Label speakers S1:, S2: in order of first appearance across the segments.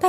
S1: 大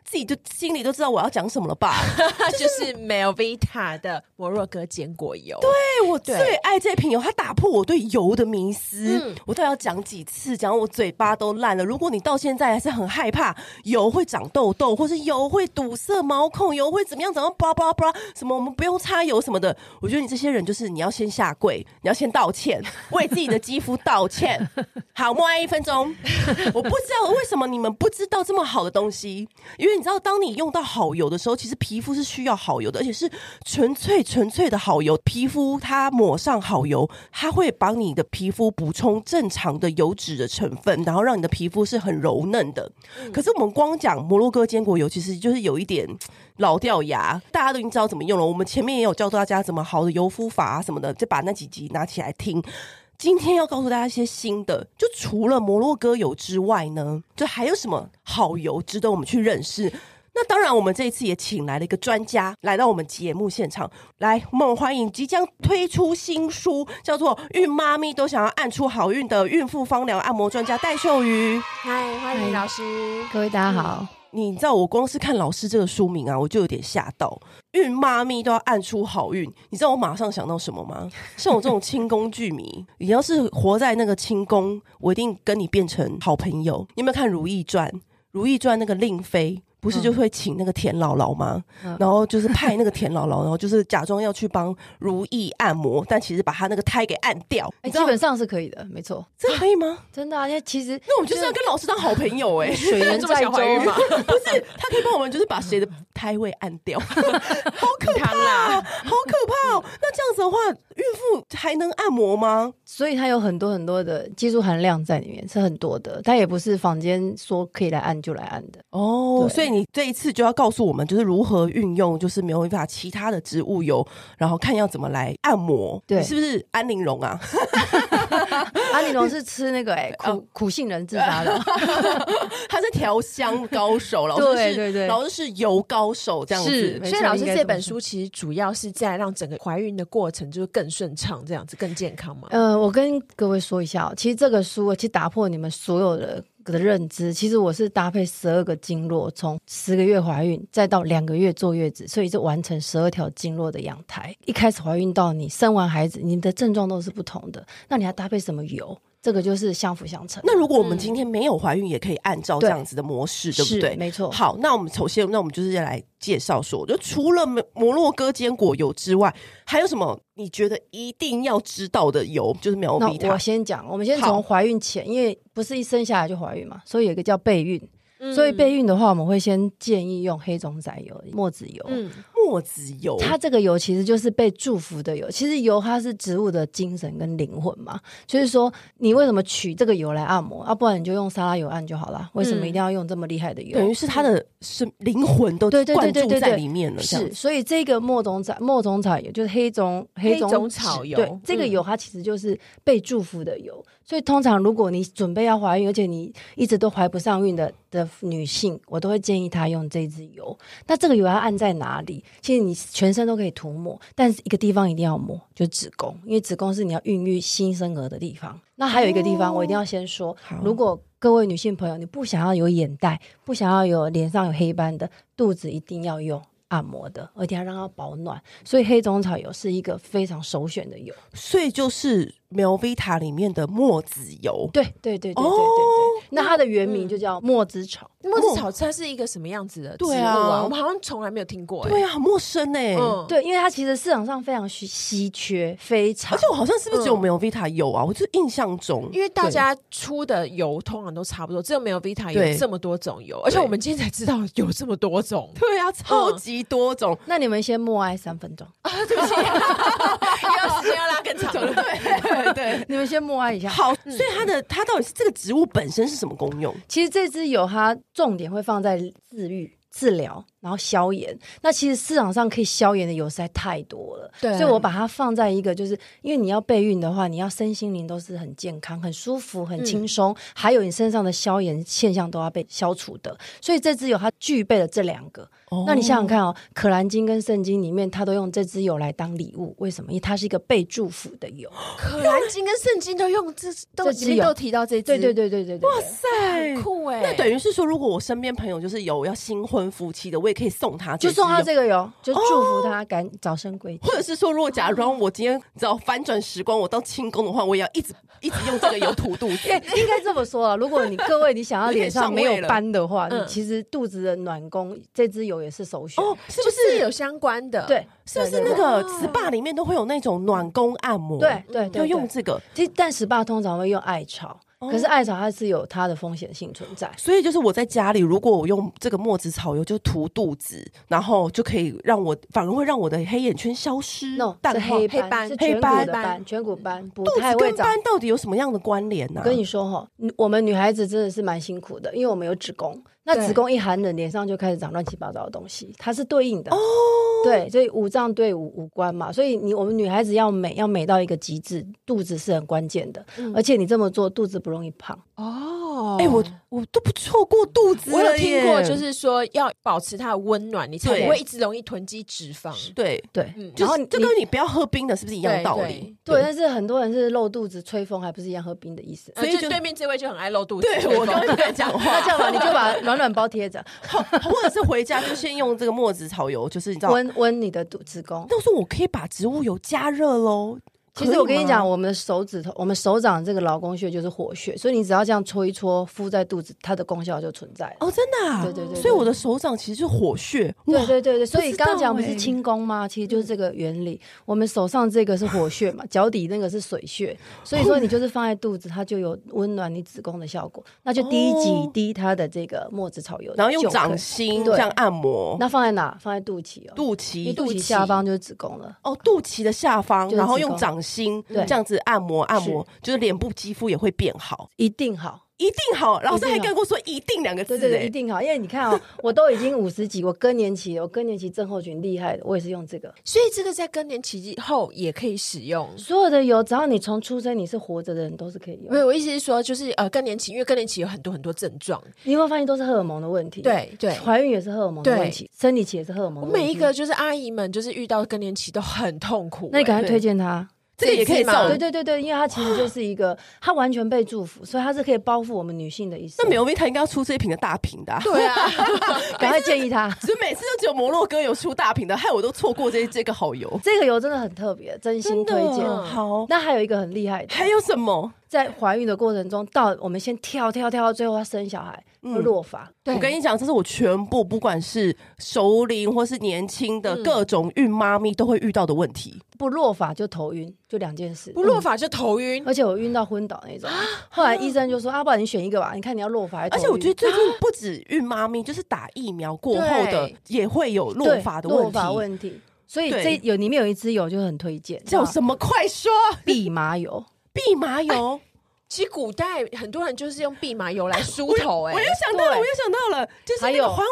S2: 自己就心里都知道我要讲什么了 吧？
S3: 它就是 Melvita 的摩洛哥坚果油。
S2: 对我
S3: 对
S2: 最爱这瓶油，它打破我对油的迷思。
S3: 嗯
S2: 我到底要讲几次？讲到我嘴巴都烂了。如果你到现在还是很害怕油会长痘痘，或是油会堵塞毛孔，油会怎么样？怎么样？叭叭叭，什么我们不用擦油什么的。我觉得你这些人就是你要先下跪，你要先道歉，为自己的肌肤道歉。好，默哀一分钟。我不知道为什么你们不知道这么好的东西，因为你知道，当你用到好油的时候，其实皮肤是需要好油的，而且是纯粹纯粹的好油。皮肤它抹上好油，它会帮你的皮肤补充正常的油脂的成分，然后让你的皮肤是很柔嫩的。可是我们光讲摩洛哥坚果油，其实就是有一点老掉牙，大家都已经知道怎么用了。我们前面也有教大家怎么好的油敷法啊什么的，就把那几集拿起来听。今天要告诉大家一些新的，就除了摩洛哥油之外呢，就还有什么好油值得我们去认识？那当然，我们这一次也请来了一个专家来到我们节目现场，来，我们欢迎即将推出新书，叫做《孕妈咪都想要按出好运》的孕妇芳疗按摩专家戴秀瑜。
S3: 嗨，欢迎老师。
S4: 各位大家好，
S2: 你知道我光是看老师这个书名啊，我就有点吓到。孕妈咪都要按出好运，你知道我马上想到什么吗？像我这种清宫剧迷，你要是活在那个清宫，我一定跟你变成好朋友。你有没有看如懿传《如懿传》？《如懿传》那个令妃。不是就会请那个田姥姥吗？
S4: 嗯
S2: 然后就是派那个田姥姥，然后就是假装要去帮如懿按摩，但其实把她那个胎给按掉。
S4: 哎、
S2: 你知
S4: 基
S2: 道
S4: 本上是可以的，没错，
S2: 这可以 吗？
S4: 真的、啊，因为其实
S2: 那我们就是要跟老师当好朋友哎、
S4: 水源
S3: 这么
S4: 在
S3: 想怀孕
S4: 舟
S3: 吗
S4: 嘛，？
S2: 不是，他可以帮我们就是把谁的胎位按掉， 好可怕
S3: 汤啦
S2: 啊，好可怕哦！那这样子的话，孕妇还能按摩吗？
S4: 所以它有很多很多的技术含量在里面，是很多的。它也不是坊间说可以来按就来按 的，
S2: 哦
S4: 对
S2: 所以你这一次就要告诉我们，就是如何运用，就是没有办法其他的植物油，然后看要怎么来按摩。
S4: 对
S2: 你是不是安陵容 啊？
S4: 安利龙是吃那个哎、苦苦杏仁自杀的，
S2: 她是调香高手，老师是，
S4: 对对对
S2: 老师是油高手，这样子。
S4: 没错
S3: 所以老师
S4: 应该
S3: 这
S4: 这么
S3: 本书
S4: 说
S3: 其实主要是在让整个怀孕的过程就是更顺畅，这样子更健康嘛。
S4: 呃，我跟各位说一下、哦，其实这个书其实打破你们所有的的认知。其实我是搭配十二个经络，从十个月怀孕再到两个月坐月子，所以就完成十二条经络的养胎。一开始怀孕到你生完孩子，你的症状都是不同的。那你还搭配什么油？这个就是相辅相成。
S2: 那如果我们今天没有怀孕，也可以按照这
S4: 对
S2: 样子的模式，嗯对
S4: 是
S2: 不对？
S4: 没错。
S2: 好，那我们首先，那我们就是来介绍说，就除了摩摩洛哥坚果油之外，还有什么你觉得一定要知道的油？就是苗
S4: 那
S2: 比
S4: 我
S2: 它
S4: 先讲，我们先
S2: 好
S4: 从怀孕前，因为不是一生下来就怀孕嘛，所以有一个叫备孕。
S3: 嗯
S4: 所以备孕的话，我们会先建议用黑种仔油、墨子油。
S3: 嗯
S2: 墨子油，
S4: 它这个油其实就是被祝福的油，其实油它是植物的精神跟灵魂嘛，就是说你为什么取这个油来按摩，啊，不然你就用沙拉油按就好啦，为什么一定要用这么厉害的油？
S2: 等于是它的生灵魂都
S4: 对对
S2: 灌
S4: 对
S2: 注
S4: 对对
S2: 在
S4: 对
S2: 里面了，这样
S4: 是，所以这个墨种草、墨种草油就是黑种
S3: 黑
S4: 种
S3: 种草油嗯
S4: 对，这个油它其实就是被祝福的油。所以通常如果你准备要怀孕，而且你一直都怀不上孕的的女性，我都会建议她用这支油。那这个油要按在哪里？其实你全身都可以涂抹，但是一个地方一定要抹，就是子宫，因为子宫是你要孕育新生儿的地方。那还有一个地方，我一定要先说，
S3: 哦
S4: 如果各位女性朋友，你不想要有眼袋，不想要有脸上有黑斑的，肚子一定要用按摩的，而且要让它保暖。所以黑种草油是一个非常首选的油。
S2: 所以就是苗维塔里面的墨子油。
S4: 对对对对对对对。
S2: 哦
S4: 那它的原名就叫墨子草。
S3: 墨子草它是一个什么样子的植物
S2: 对
S3: 啊？
S2: 啊
S3: 我们好像从来没有听过、欸。
S2: 对啊，很陌生哎、
S3: 嗯，
S4: 对，因为它其实市场上非常稀稀缺，非常
S2: 而且我好像是不是只有
S3: 嗯
S2: 苗维塔有啊？我就印象中，
S3: 因为大家出的油通常都差不多，只有没有 Vita
S2: 对。
S3: 有这么多种油，而且我们今天才知道有这么多种嗯
S2: 对啊，
S4: 嗯
S2: 超级多种，
S4: 那你们先默哀三分钟，
S3: 要时间要拉更长了。
S2: 对对。
S4: 你们先默哀一下。
S2: 好，所以它的它到底是这个植物本身是什么功用？
S4: 其实这支油它重点会放在自愈，治疗，然后消炎。那其实市场上可以消炎的油实在太多了，
S5: 对
S4: 所以我把它放在一个，就是因为你要备孕的话，你要身心灵都是很健康、很舒服、很轻松，还有你身上的消炎现象都要被消除的。所以这支油它具备了这两个。那你想想看哦，《可兰经》跟《圣经》里面，它都用这支油来当礼物，为什么？因为它是一个被祝福的油。
S5: 可兰经跟圣经都用这都
S4: 这
S5: 里
S4: 只
S5: 面都
S4: 有
S5: 有提到这一支，
S4: 对对对对对对。哇塞！
S2: 对
S5: 很酷哎、
S2: 那等于是说，如果我身边朋友就是有要新婚夫妻的，我也可以送他，
S4: 就送他。这个油，哦就祝福他赶早生贵子
S2: 或。者是说，如果假装我今天只要翻转时光，我到清宫的话，我也要一 直一直用这个油 涂肚子。
S4: 应该这么说啊，如果你各位你想要脸上没有斑的话，
S5: 你可以上位了
S4: 你其实肚子的暖宫这支油也是首选。
S2: 哦，是
S5: 就
S2: 不
S5: 是
S2: 是？
S5: 有相关的？
S4: 对，
S2: 是不是
S4: 对
S2: 那
S4: 对
S2: 个 SPA 里面都会有那种暖宫按摩？
S4: 对对对
S2: 嗯要用
S4: 对
S2: 这个。
S4: 其实但 SPA 通常会用艾草，可是艾草它是有它的风险性存在。
S2: 所以就是我在家里，如果我用这个墨子草油，就涂肚子，然后就可以让我反而会让我的黑眼圈消失
S4: no，
S2: 淡
S4: 是
S2: 化。
S4: 黑
S5: 黑斑
S4: 斑，是颧骨
S2: 嗯黑
S4: 的
S5: 斑
S4: 斑，颧骨斑不
S2: 肚
S4: 太
S2: 子
S4: 会
S2: 跟
S4: 长。
S2: 斑到底有什么样的关联呢、
S4: 我跟你说哈，嗯我们女孩子真的是蛮辛苦的，因为我们有子宫，那
S5: 对
S4: 子宫一寒冷，脸上就开始长乱七八糟的东西，它是对应的。哦，对，所以五脏对五五官嘛，所以你我们女孩子要美，要美到一个极致，肚子是很关键的，而且你这么做，肚子不容易胖。
S5: 哦，
S2: 哎、我我都不错过肚子了
S5: 我有听过，
S2: 耶
S5: 就是说要保持它的温暖，你才
S2: 对
S5: 不会一直容易囤积脂肪。
S2: 对，
S4: 对，
S5: 嗯
S2: 就
S4: 然后
S2: 是
S4: 你
S2: 这跟你不要喝冰的是不是一样道理？
S4: 对，但是很多人是露肚子吹风，还不是一样喝冰的意思。
S2: 所以
S5: 所以
S2: 就
S5: 对面这位就很爱露肚子。
S2: 对我刚刚在讲话，
S4: 那这样啊吧，你就 把暖暖包贴着，
S2: 或者是回家就先用这个墨子草油，就是你知道，
S4: 温温你的肚子宫。
S2: 那我说我可以把植物油加热喽。
S4: 其实我
S2: 可以
S4: 跟
S2: 吗
S4: 你讲，，我们的手指头，我们手掌这个劳宫穴就是火穴，所以你只要这样搓一搓，敷在肚子，它的功效就存在了。
S2: 哦，真的、啊，
S4: 对对对对
S2: 所以我的手掌其实就是火穴，
S4: 对
S2: 哇，
S4: 对对对，所
S2: 不
S4: 以
S2: 知道
S4: 刚刚讲不
S2: 欸
S4: 是轻功吗？其实就是这个原理。我们手上这个是火 穴嘛，脚底那个是水穴，所以说你就是放在肚子，它就有温暖你子宫的效果。那就滴几滴它的这个墨子草油，
S2: 哦然后用
S4: 就可以
S2: 掌。心
S4: 对
S2: 这样按摩，
S4: 那放在哪？放在肚脐哦，
S2: 肚
S4: 因
S2: 脐
S4: 为肚脐下方就是子宫了。
S2: 哦，肚脐的下方，
S4: 就是
S2: 然后
S4: 子宫
S2: 用掌心
S4: 对
S2: 这样子按摩按摩，就是脸部肌肤也会变好，
S4: 一定好，
S2: 一定好。老师还
S4: 一定
S2: 跟
S4: 好
S2: 我说“一定”两个字
S4: 对
S2: 欸，
S4: 对对，一定好，因为你 看哦，我都已经五十几，我更年期了，我更年期症候群厉害的，我也是用这个。
S5: 所以这个在更年期后也可以使用。
S4: 所有的油，只要你从出生你是活着的人，都是可以用
S5: 没。有，我意思是说，就是呃，更年期，因为更年期有很多很多症状。
S4: 你有没有发现都是荷尔蒙的问题？
S5: 对对
S4: 怀孕也是荷尔蒙的
S5: 对
S4: 问题，生理期也是荷尔蒙
S5: 我
S4: 的问
S5: 每
S4: 题。
S5: 一个就是阿姨们，就是遇到更年期都很痛苦、
S4: 嗯那你赶
S5: 欸
S4: 快推荐他。
S2: 这个也可以
S5: 这一次嘛
S2: 送。
S4: 对对对对，因为它其实就是一个，它完全被祝福，所以它是可以包覆我们女性的一生。
S2: 那美容蜜它应该要出这一瓶的大瓶的、啊。
S5: 对啊，
S4: 赶快建议他。
S2: 只是每次就只有摩洛哥有出大瓶的，害我都错过这 这个好油。
S4: 这个油真的很特别，真心推荐。
S2: 好，
S4: 那还有一个很厉害的，
S2: 还有什么？
S4: 在怀孕的过程中，到我们先跳跳跳到最后要生小孩，
S2: 嗯
S4: 会落发。
S5: 对
S2: 我跟你讲，这是我全部不管是熟龄或是年轻的
S5: 嗯
S2: 各种孕妈咪都会遇到的问题。
S4: 不落发就头晕，就两件事。
S5: 不落法就头晕
S4: 嗯，。而且我晕到昏倒那种。后来医生就说：“啊，不然你选一个吧，你看你要落发还是头
S2: 啊而
S4: 晕。”
S2: 且我觉得最近不止孕妈咪，就是打疫苗过后的
S5: 对
S2: 也会有落
S4: 对
S2: 发的
S4: 落
S2: 问
S4: 发
S2: 题。
S4: 问题。所以
S2: 对
S4: 这有里面有一支油就很推荐，
S2: 叫
S4: 么
S2: 什么？快说！
S4: 蓖麻 油。
S2: 蓖麻油，
S5: 其实古代很多人就是用蓖麻油来梳
S2: 我
S5: 头、欸，
S2: 我又想到了，我又想到了，就是那
S4: 还
S2: 个
S4: 有
S2: 环环，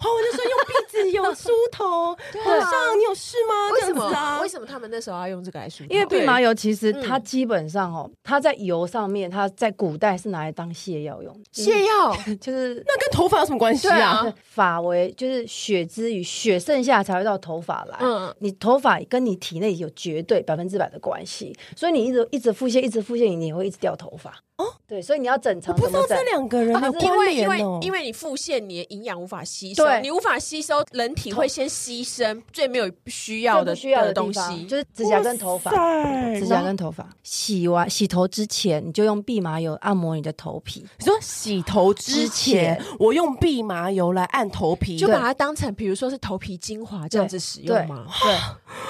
S2: 环环就说用鼻子油梳头，皇上你有事吗？
S5: 为
S2: 这
S5: 什
S2: 样子
S5: 么、
S2: 啊
S5: 为，什么他们那时候要用这个来梳头？
S4: 因为蓖麻油其实
S5: 嗯
S4: 它基本上
S2: 嗯
S4: 哦，它在油上面，它在古代是拿来当泻药用的，
S5: 泻药，
S4: 就是
S2: 那跟头发有什么关系
S5: 对
S2: 啊
S5: 啊？
S4: 发为就是血之余，血剩下才会到头发来。
S5: 嗯
S4: 你头发跟你体内有绝对百分之百的关系，所以你一直一直腹泻，一直腹泻，你也会一直掉头发。哦，对，所以你要整
S2: 我
S4: 常
S2: 不
S4: 怎
S2: 知道
S4: 么整啊
S2: 这？两个人有
S5: 因
S2: 关
S5: 为因
S2: 联
S5: 为
S2: 哦。
S5: 因
S2: 为
S5: 为你腹泻，你的营养无法吸收，
S4: 对
S5: 你无法吸收，人体会先牺牲最没有需要
S4: 最
S5: 的
S4: 不需要
S5: 的
S4: 的
S5: 东
S4: 地方
S5: 西，
S4: 就是指甲跟头发。指甲跟头发洗完洗头之前，你就用蓖麻油按摩你的头皮。
S2: 你说洗头之前，我用蓖麻油来按头皮，
S5: 就把它当成，比如说是头皮精华这样子使用吗？
S4: 对，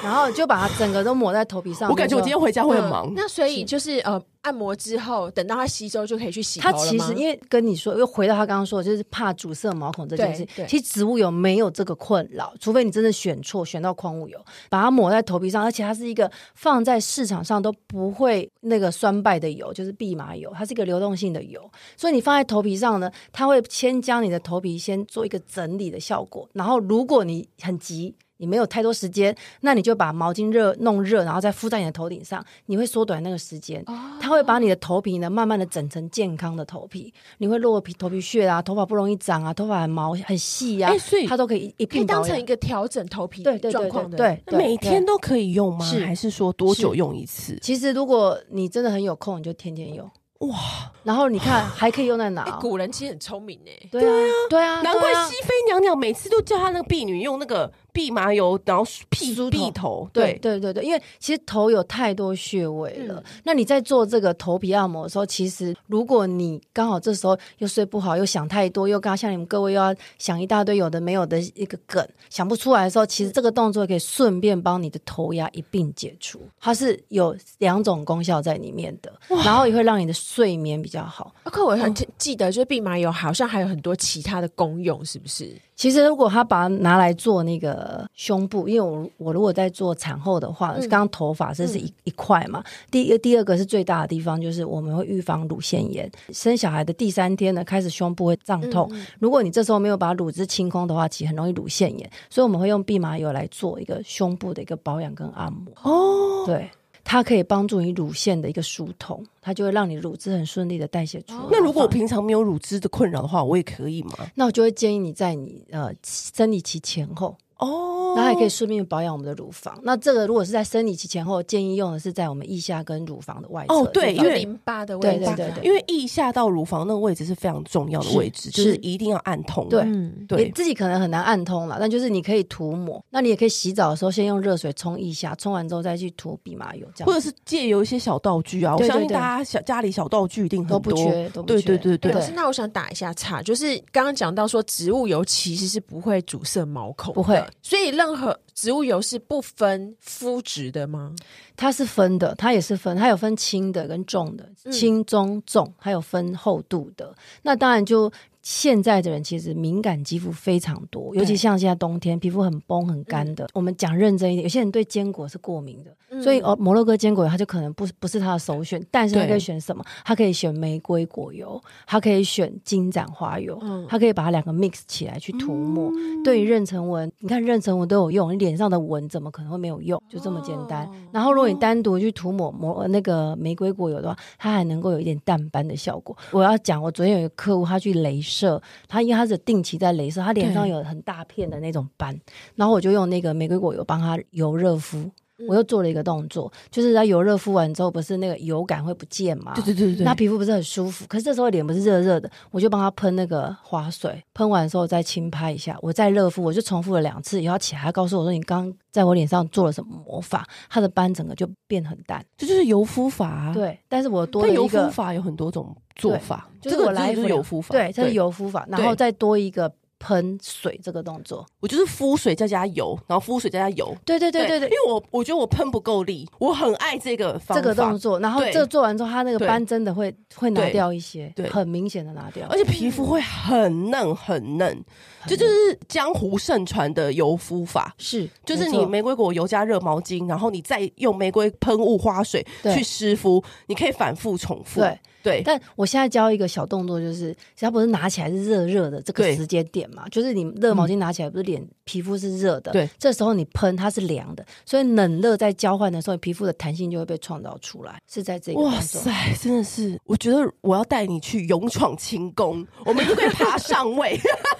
S4: 然后就把它整个都抹在头皮上。
S2: 我感觉我今天回家会很
S5: 嗯
S2: 忙。
S5: 那所以就是呃，按摩之后，等到它吸收就可以去洗头
S4: 它
S5: 了吗？
S4: 其实因为跟你说，又回到他刚刚说的，就是怕阻塞毛孔这件事
S5: 对
S4: 情。
S5: 对
S4: 其实植物油没有这个困扰，除非你真的选错，选到矿物油，把它抹在头皮上，而且它是一个放在市场上都不会那个酸败的油，就是蓖麻油，它是一个流动性的油，所以你放在头皮上呢，它会先将你的头皮先做一个整理的效果，然后如果你很急。你没有太多时间，那你就把毛巾热弄热，然后再敷在你的头顶上，你会缩短那个时间。它会把你的头皮呢，慢慢的整成健康的头皮，你会落皮头皮屑啊，头发不容易长啊，头发很毛很细啊，
S2: 哎所以
S4: 它都可以一一
S5: 可以
S4: 并
S5: 当
S4: 保养
S5: 成一个调整头皮
S4: 对对
S5: 状
S4: 对
S5: 况的。
S4: 对对，对
S2: 每天
S4: 对
S2: 都可以用吗？
S4: 是
S2: 还是说多久
S4: 是
S2: 用一次？
S4: 其实如果你真的很有空，你就天天用哇。然后你看还可以用在哪
S5: 哎，？古人其实很聪明哎，
S4: 对啊，对啊，
S2: 难怪
S4: 对啊
S2: 熹妃娘娘每次都叫她那个婢女用那个蓖麻油，然后辟
S4: 梳头
S2: 蓖头。
S4: 对，对对对，因为其实头有太多穴位了。那你在做这个头皮按摩的时候，其实如果你刚好这时候又睡不好，又想太多，又刚像你们各位又要想一大堆有的没有的一个梗，想不出来的时候，其实这个动作可以顺便帮你的头压一并解除。它是有两种功效在里面的，然后也会让你的睡眠比较好。
S5: 啊可我
S2: 哦
S5: 很记得，就是蓖麻油好像还有很多其他的功用，是不是？
S4: 其实，如果他把它拿来做那个胸部，因为我我如果在做产后的话，
S5: 嗯
S4: 刚刚头发这是一、一块嘛。第一个、第二个是最大的地方，就是我们会预防乳腺炎。生小孩的第三天呢，开始胸部会胀痛。
S2: 嗯
S4: 如果你这时候没有把乳汁清空的话，其实很容易乳腺炎。所以我们会用蓖麻油来做一个胸部的一个保养跟按摩。
S2: 哦，
S4: 对，它可以帮助你乳腺的一个疏通，它就会让你乳汁很顺利的代谢出来。
S5: 哦
S2: 那如果我平常没有乳汁的困扰的话，我也可以吗？
S4: 那我就会建议你在你呃生理期前后。
S2: 哦，
S4: 然后还可以顺便保养我们的乳房。那这个如果是在生理期前后，建议用的是在我们腋下跟乳房的外侧。
S2: 哦对
S4: 乳房
S2: 因为
S5: 淋巴的位置啊，
S4: 对对对对
S2: 因为腋下到乳房那个位置是非常重要的位置，
S4: 是
S2: 就是
S4: 是
S2: 一定要按痛。
S4: 对
S5: 嗯，
S4: 你
S2: 对，
S4: 自己可能很难按通了，但就是你可以涂抹。那你也可以洗澡的时候先用热水冲腋下，冲完之后再去涂蓖麻油，这样
S2: 或者是借由一些小道具啊，我
S4: 对对
S2: 相信
S4: 对
S2: 大家小家里小道具一定
S4: 都
S2: 很
S4: 不
S2: 多。
S4: 缺，都不
S2: 对
S4: 缺。
S2: 对对对
S5: 老师，那我想打一下岔，就是刚刚讲到说植物油其实是不会阻塞毛孔，
S4: 不会，
S5: 所以任何植物油是不分肤质的吗？
S4: 它是分的，它也是分，它有分轻的跟重的，
S5: 嗯
S4: 轻、中、重，还有分厚度的。那当然就。现在的人其实敏感肌肤非常多，尤其像现在冬天皮肤很崩很
S2: 嗯
S4: 干的。我们讲认真一点，有些人对坚果是过敏的，所以
S5: 嗯
S4: 哦，摩洛哥坚果油它就可能不是不是它的首选，但是它
S2: 对
S4: 可以选什么？它可以选玫瑰果油，它可以选金盏花油，
S5: 嗯
S4: 它可以把它两个 mix 起来去涂抹。对于妊娠纹，你看妊娠纹都有用，你脸上的纹怎么可能会没有用？就这么简单。
S5: 哦
S4: 然后如果你单独去涂抹抹那个玫瑰果油的话，它还能够有一点淡斑的效果。我要讲，我昨天有一个客户，他去镭射，他因为他是定期在镭射，他脸上有很大片的那种斑，然后我就用那个玫瑰果油帮他油热敷。我又做了一个动作，就是在油热敷完之后，不是那个油感会不见吗？
S2: 对对对对
S4: 那
S2: 对，
S4: 皮肤不是很舒服，可是这时候脸不是热热的，我就帮他喷那个花水，喷完之后再轻拍一下，我再热敷，我就重复了两次，以后他起来他告诉我说你刚在我脸上做了什么魔法，它的斑整个就变很淡。
S2: 这就是油敷法啊。，
S4: 对，但是我多了
S2: 但油
S4: 一
S2: 敷
S4: 个，
S2: 法有很多种做法，
S4: 就是
S2: 这
S4: 我
S2: 个真
S4: 来
S2: 的就是
S4: 回
S2: 油敷法。
S4: 对，它是。油敷法，然后再多一个喷水这个动作。
S2: 我就是敷水再加油，然后敷水再加油。
S4: 对对对对
S2: 因
S4: 对。
S2: 为我我觉得我喷不够力，我很爱这个方
S4: 这
S2: 法。
S4: 个动作，然后
S2: 对
S4: 这做完之后，它那个
S2: 对
S4: 斑真的会会拿
S2: 对
S4: 掉一些
S2: 对，
S4: 很明显的拿掉
S2: 而。且皮肤会很嫩很嫩，这
S4: 嗯很
S2: 就是江湖盛传的油敷法。
S4: 是，
S2: 就是
S4: 没
S2: 你
S4: 错
S2: 玫瑰果油加热毛巾，然后你再用玫瑰喷雾花水
S4: 对
S2: 去湿敷，你可以反复重复。
S4: 对，
S2: 对
S4: 但我现在教一个小动作，就是它不是拿起来是热热的这个
S2: 对嗯
S4: 时间点嘛，就是你热毛巾拿起来，不是脸、皮肤是热的，
S2: 对，
S4: 这时候你喷它是凉的，所以冷热在交换的时候，你皮肤的弹性就会被创造出来，是在这个
S2: 哇
S4: 动作。
S2: 塞，真的是，我觉得我要带你去勇闯清宫，我们就可以爬上位，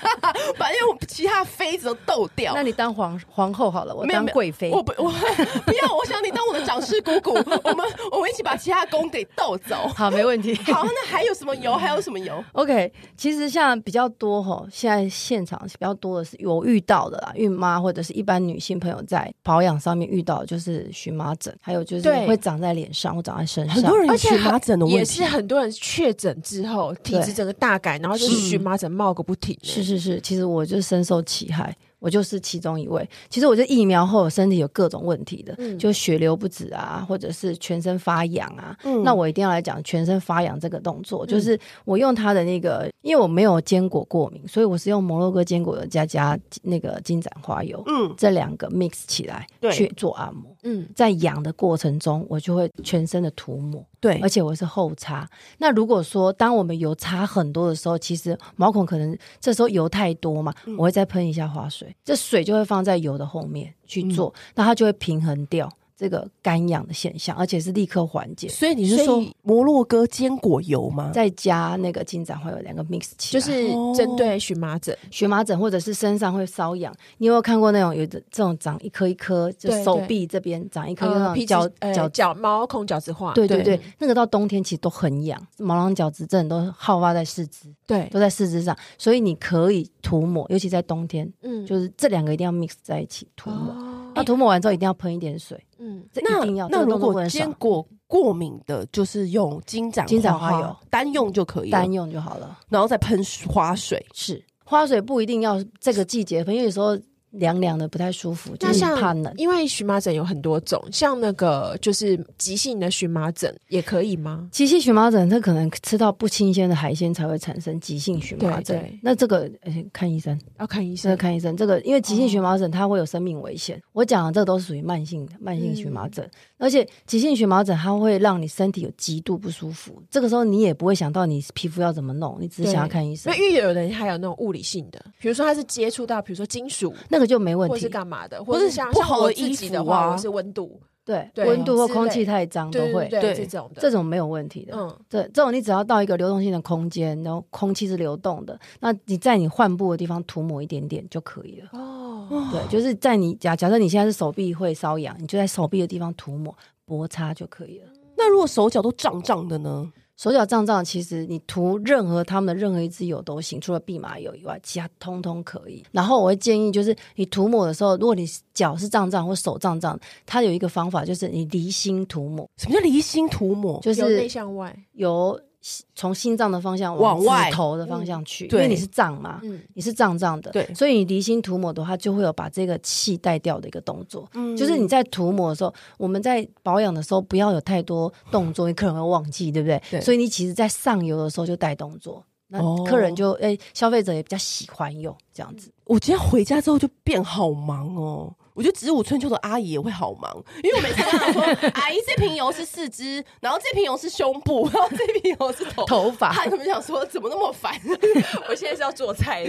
S2: 把因为我其他妃子都斗掉
S4: 那。你当皇皇后好了，我
S2: 没有
S4: 当
S2: 没有
S4: 贵妃。
S2: 我不，我不要，我想你当我的长师姑姑，我们我们一起把其他宫给斗走。
S4: 好，没问题。
S2: 好，那还有什么油？还有什么油？
S4: OK，其实像比较多吼，现在现场比较多的是有遇到的啦，孕妈或者是一般女性朋友在保养上面遇到，就是荨麻疹，还有就是
S5: 对
S4: 会长在脸上或长在身上。
S5: 而且
S2: 荨麻疹的
S5: 也是很多人确诊之后体质整个大改，然后就是荨麻疹冒个不停、欸
S4: 是是是，其实我就深受其害。我就是其中一位。其实我就疫苗后身体有各种问题的，就血流不止啊，或者是全身发痒啊。那我一定要来讲全身发痒这个动作，就是我用它的那个，因为我没有坚果过敏，所以我是用摩洛哥坚果油加加那个金盏花油。
S2: 嗯，
S4: 这两个 mix 起来
S2: 对
S4: 去做按摩，
S5: 嗯，
S4: 在痒的过程中，我就会全身的涂抹，
S2: 对
S4: 而，且我是后擦。那如果说当我们油擦很多的时候，其实毛孔可能这时候油太多嘛，我会再喷一下花水，这水就会放在油的后面去做，那它就会平衡掉这个干痒的现象，而且是立刻缓解。
S2: 所以你是说
S4: 所以
S2: 摩洛哥坚果油吗？
S4: 再加那个金盏花有两个 mix 起
S5: 就
S4: 来，
S5: 是针对荨麻疹，
S4: 荨麻疹或者是身上会瘙痒，你有没有看过那种有的这种长一颗一颗，就
S5: 对
S4: 手
S5: 对
S4: 臂这边长一颗，就
S5: 呃
S4: 那
S5: 皮
S4: 种
S5: 脂
S4: 脚
S5: 呃
S4: 脚
S5: 角毛孔角质化，嗯
S4: 对对
S5: 对
S4: 对，那个到冬天其实都很痒，毛囊角质症都好发在四肢，
S5: 对，
S4: 都在四肢上，所以你可以涂抹，尤其在冬天，
S5: 嗯
S4: 就是啊这两个一定要 mix 在一起涂抹。
S5: 哦
S4: 那涂抹完之后一定要喷一点水，
S5: 嗯，
S4: 这
S2: 那
S4: 一定要。这
S2: 那
S4: 个
S2: 如
S4: 动作不
S2: 果
S4: 能
S2: 坚
S4: 少，
S2: 果过敏的，就是用金盏
S4: 金盏
S2: 花
S4: 花油
S2: 单用就可以了，
S4: 单用就好了。
S2: 然后再喷花水。
S4: 是花水不一定要这个季节喷，因为有时候凉凉的不太舒服，就
S5: 那
S4: 是
S5: 像
S4: 怕冷。
S5: 因为荨麻疹有很多种，像那个就是急性的荨麻疹也可以吗？
S4: 急性荨麻疹，它可能吃到不新鲜的海鲜才会产生急性荨麻
S5: 对对
S4: 疹。那这个、呃看医生，
S5: 要看医
S4: 这个
S5: 生。
S4: 看医生。这个因为急性荨麻疹它会有生命危险，我讲的这个都是属于慢性的慢性荨麻疹，
S5: 嗯
S4: 而且急性荨麻疹它会让你身体有极度不舒服，这个时候你也不会想到你皮肤要怎么弄，你只是想要看医生
S5: 那，因为有的人还有那种物理性的，比如说他是接触到，比如说金属
S4: 那个就没问
S5: 或是
S4: 题。
S5: 干嘛的，
S2: 或
S5: 或
S2: 是
S5: 是像
S2: 不
S5: 像
S2: 好的
S5: 我
S2: 衣
S5: 自己的
S2: 服
S5: 话，
S2: 啊
S5: 我是温度，
S4: 对，
S5: 对
S4: 温度或
S5: 之类
S4: 空气太脏都
S5: 对
S4: 会，
S5: 对
S2: 对
S5: 这种的，
S4: 这种没有问题的。
S5: 嗯
S4: 对，这种你只要到一个流动性的空间，然后空气是流动的，那你在你患部的地方涂抹一点点就可以了。
S5: 哦，
S4: 对，就是在你假假设你现在是手臂会瘙痒，你就在手臂的地方涂抹摩擦就可以了。
S2: 那如果手脚都胀胀的呢？
S4: 手脚胀胀，其实你涂任何他们的任何一支油都行，除了蓖麻油以外，其他通通可以。然后我会建议，就是你涂抹的时候，如果你脚是胀胀或手胀胀，它有一个方法，就是你离心涂抹，
S2: 什么叫离心涂抹？
S4: 就
S5: 由内
S4: 是
S5: 向外，
S4: 由心从心脏的方向
S2: 往外
S4: 指头的方向去，因
S2: 对
S4: 为你是胀嘛，
S5: 嗯，
S4: 你是胀胀的，
S2: 对
S4: 所以你离心涂抹的话，就会有把这个气带掉的一个动作。
S2: 嗯
S4: 就是你在涂抹的时候，我们在保养的时候不要有太多动作，你客人会忘记，对不对？
S2: 对
S4: 所以你其实，在上游的时候就带动作，那
S2: 哦
S4: 客人就哎、消费者也比较喜欢用这样子。
S2: 我今天回家之后就变好忙哦。我觉得植物春秋的阿姨也会好忙，因为我每次跟她 说，阿姨这瓶油是四肢，然后这瓶油是胸部， 然后这瓶油是头，
S4: 头发
S2: 她可能想说怎么那么烦？
S5: 我现在是要做菜，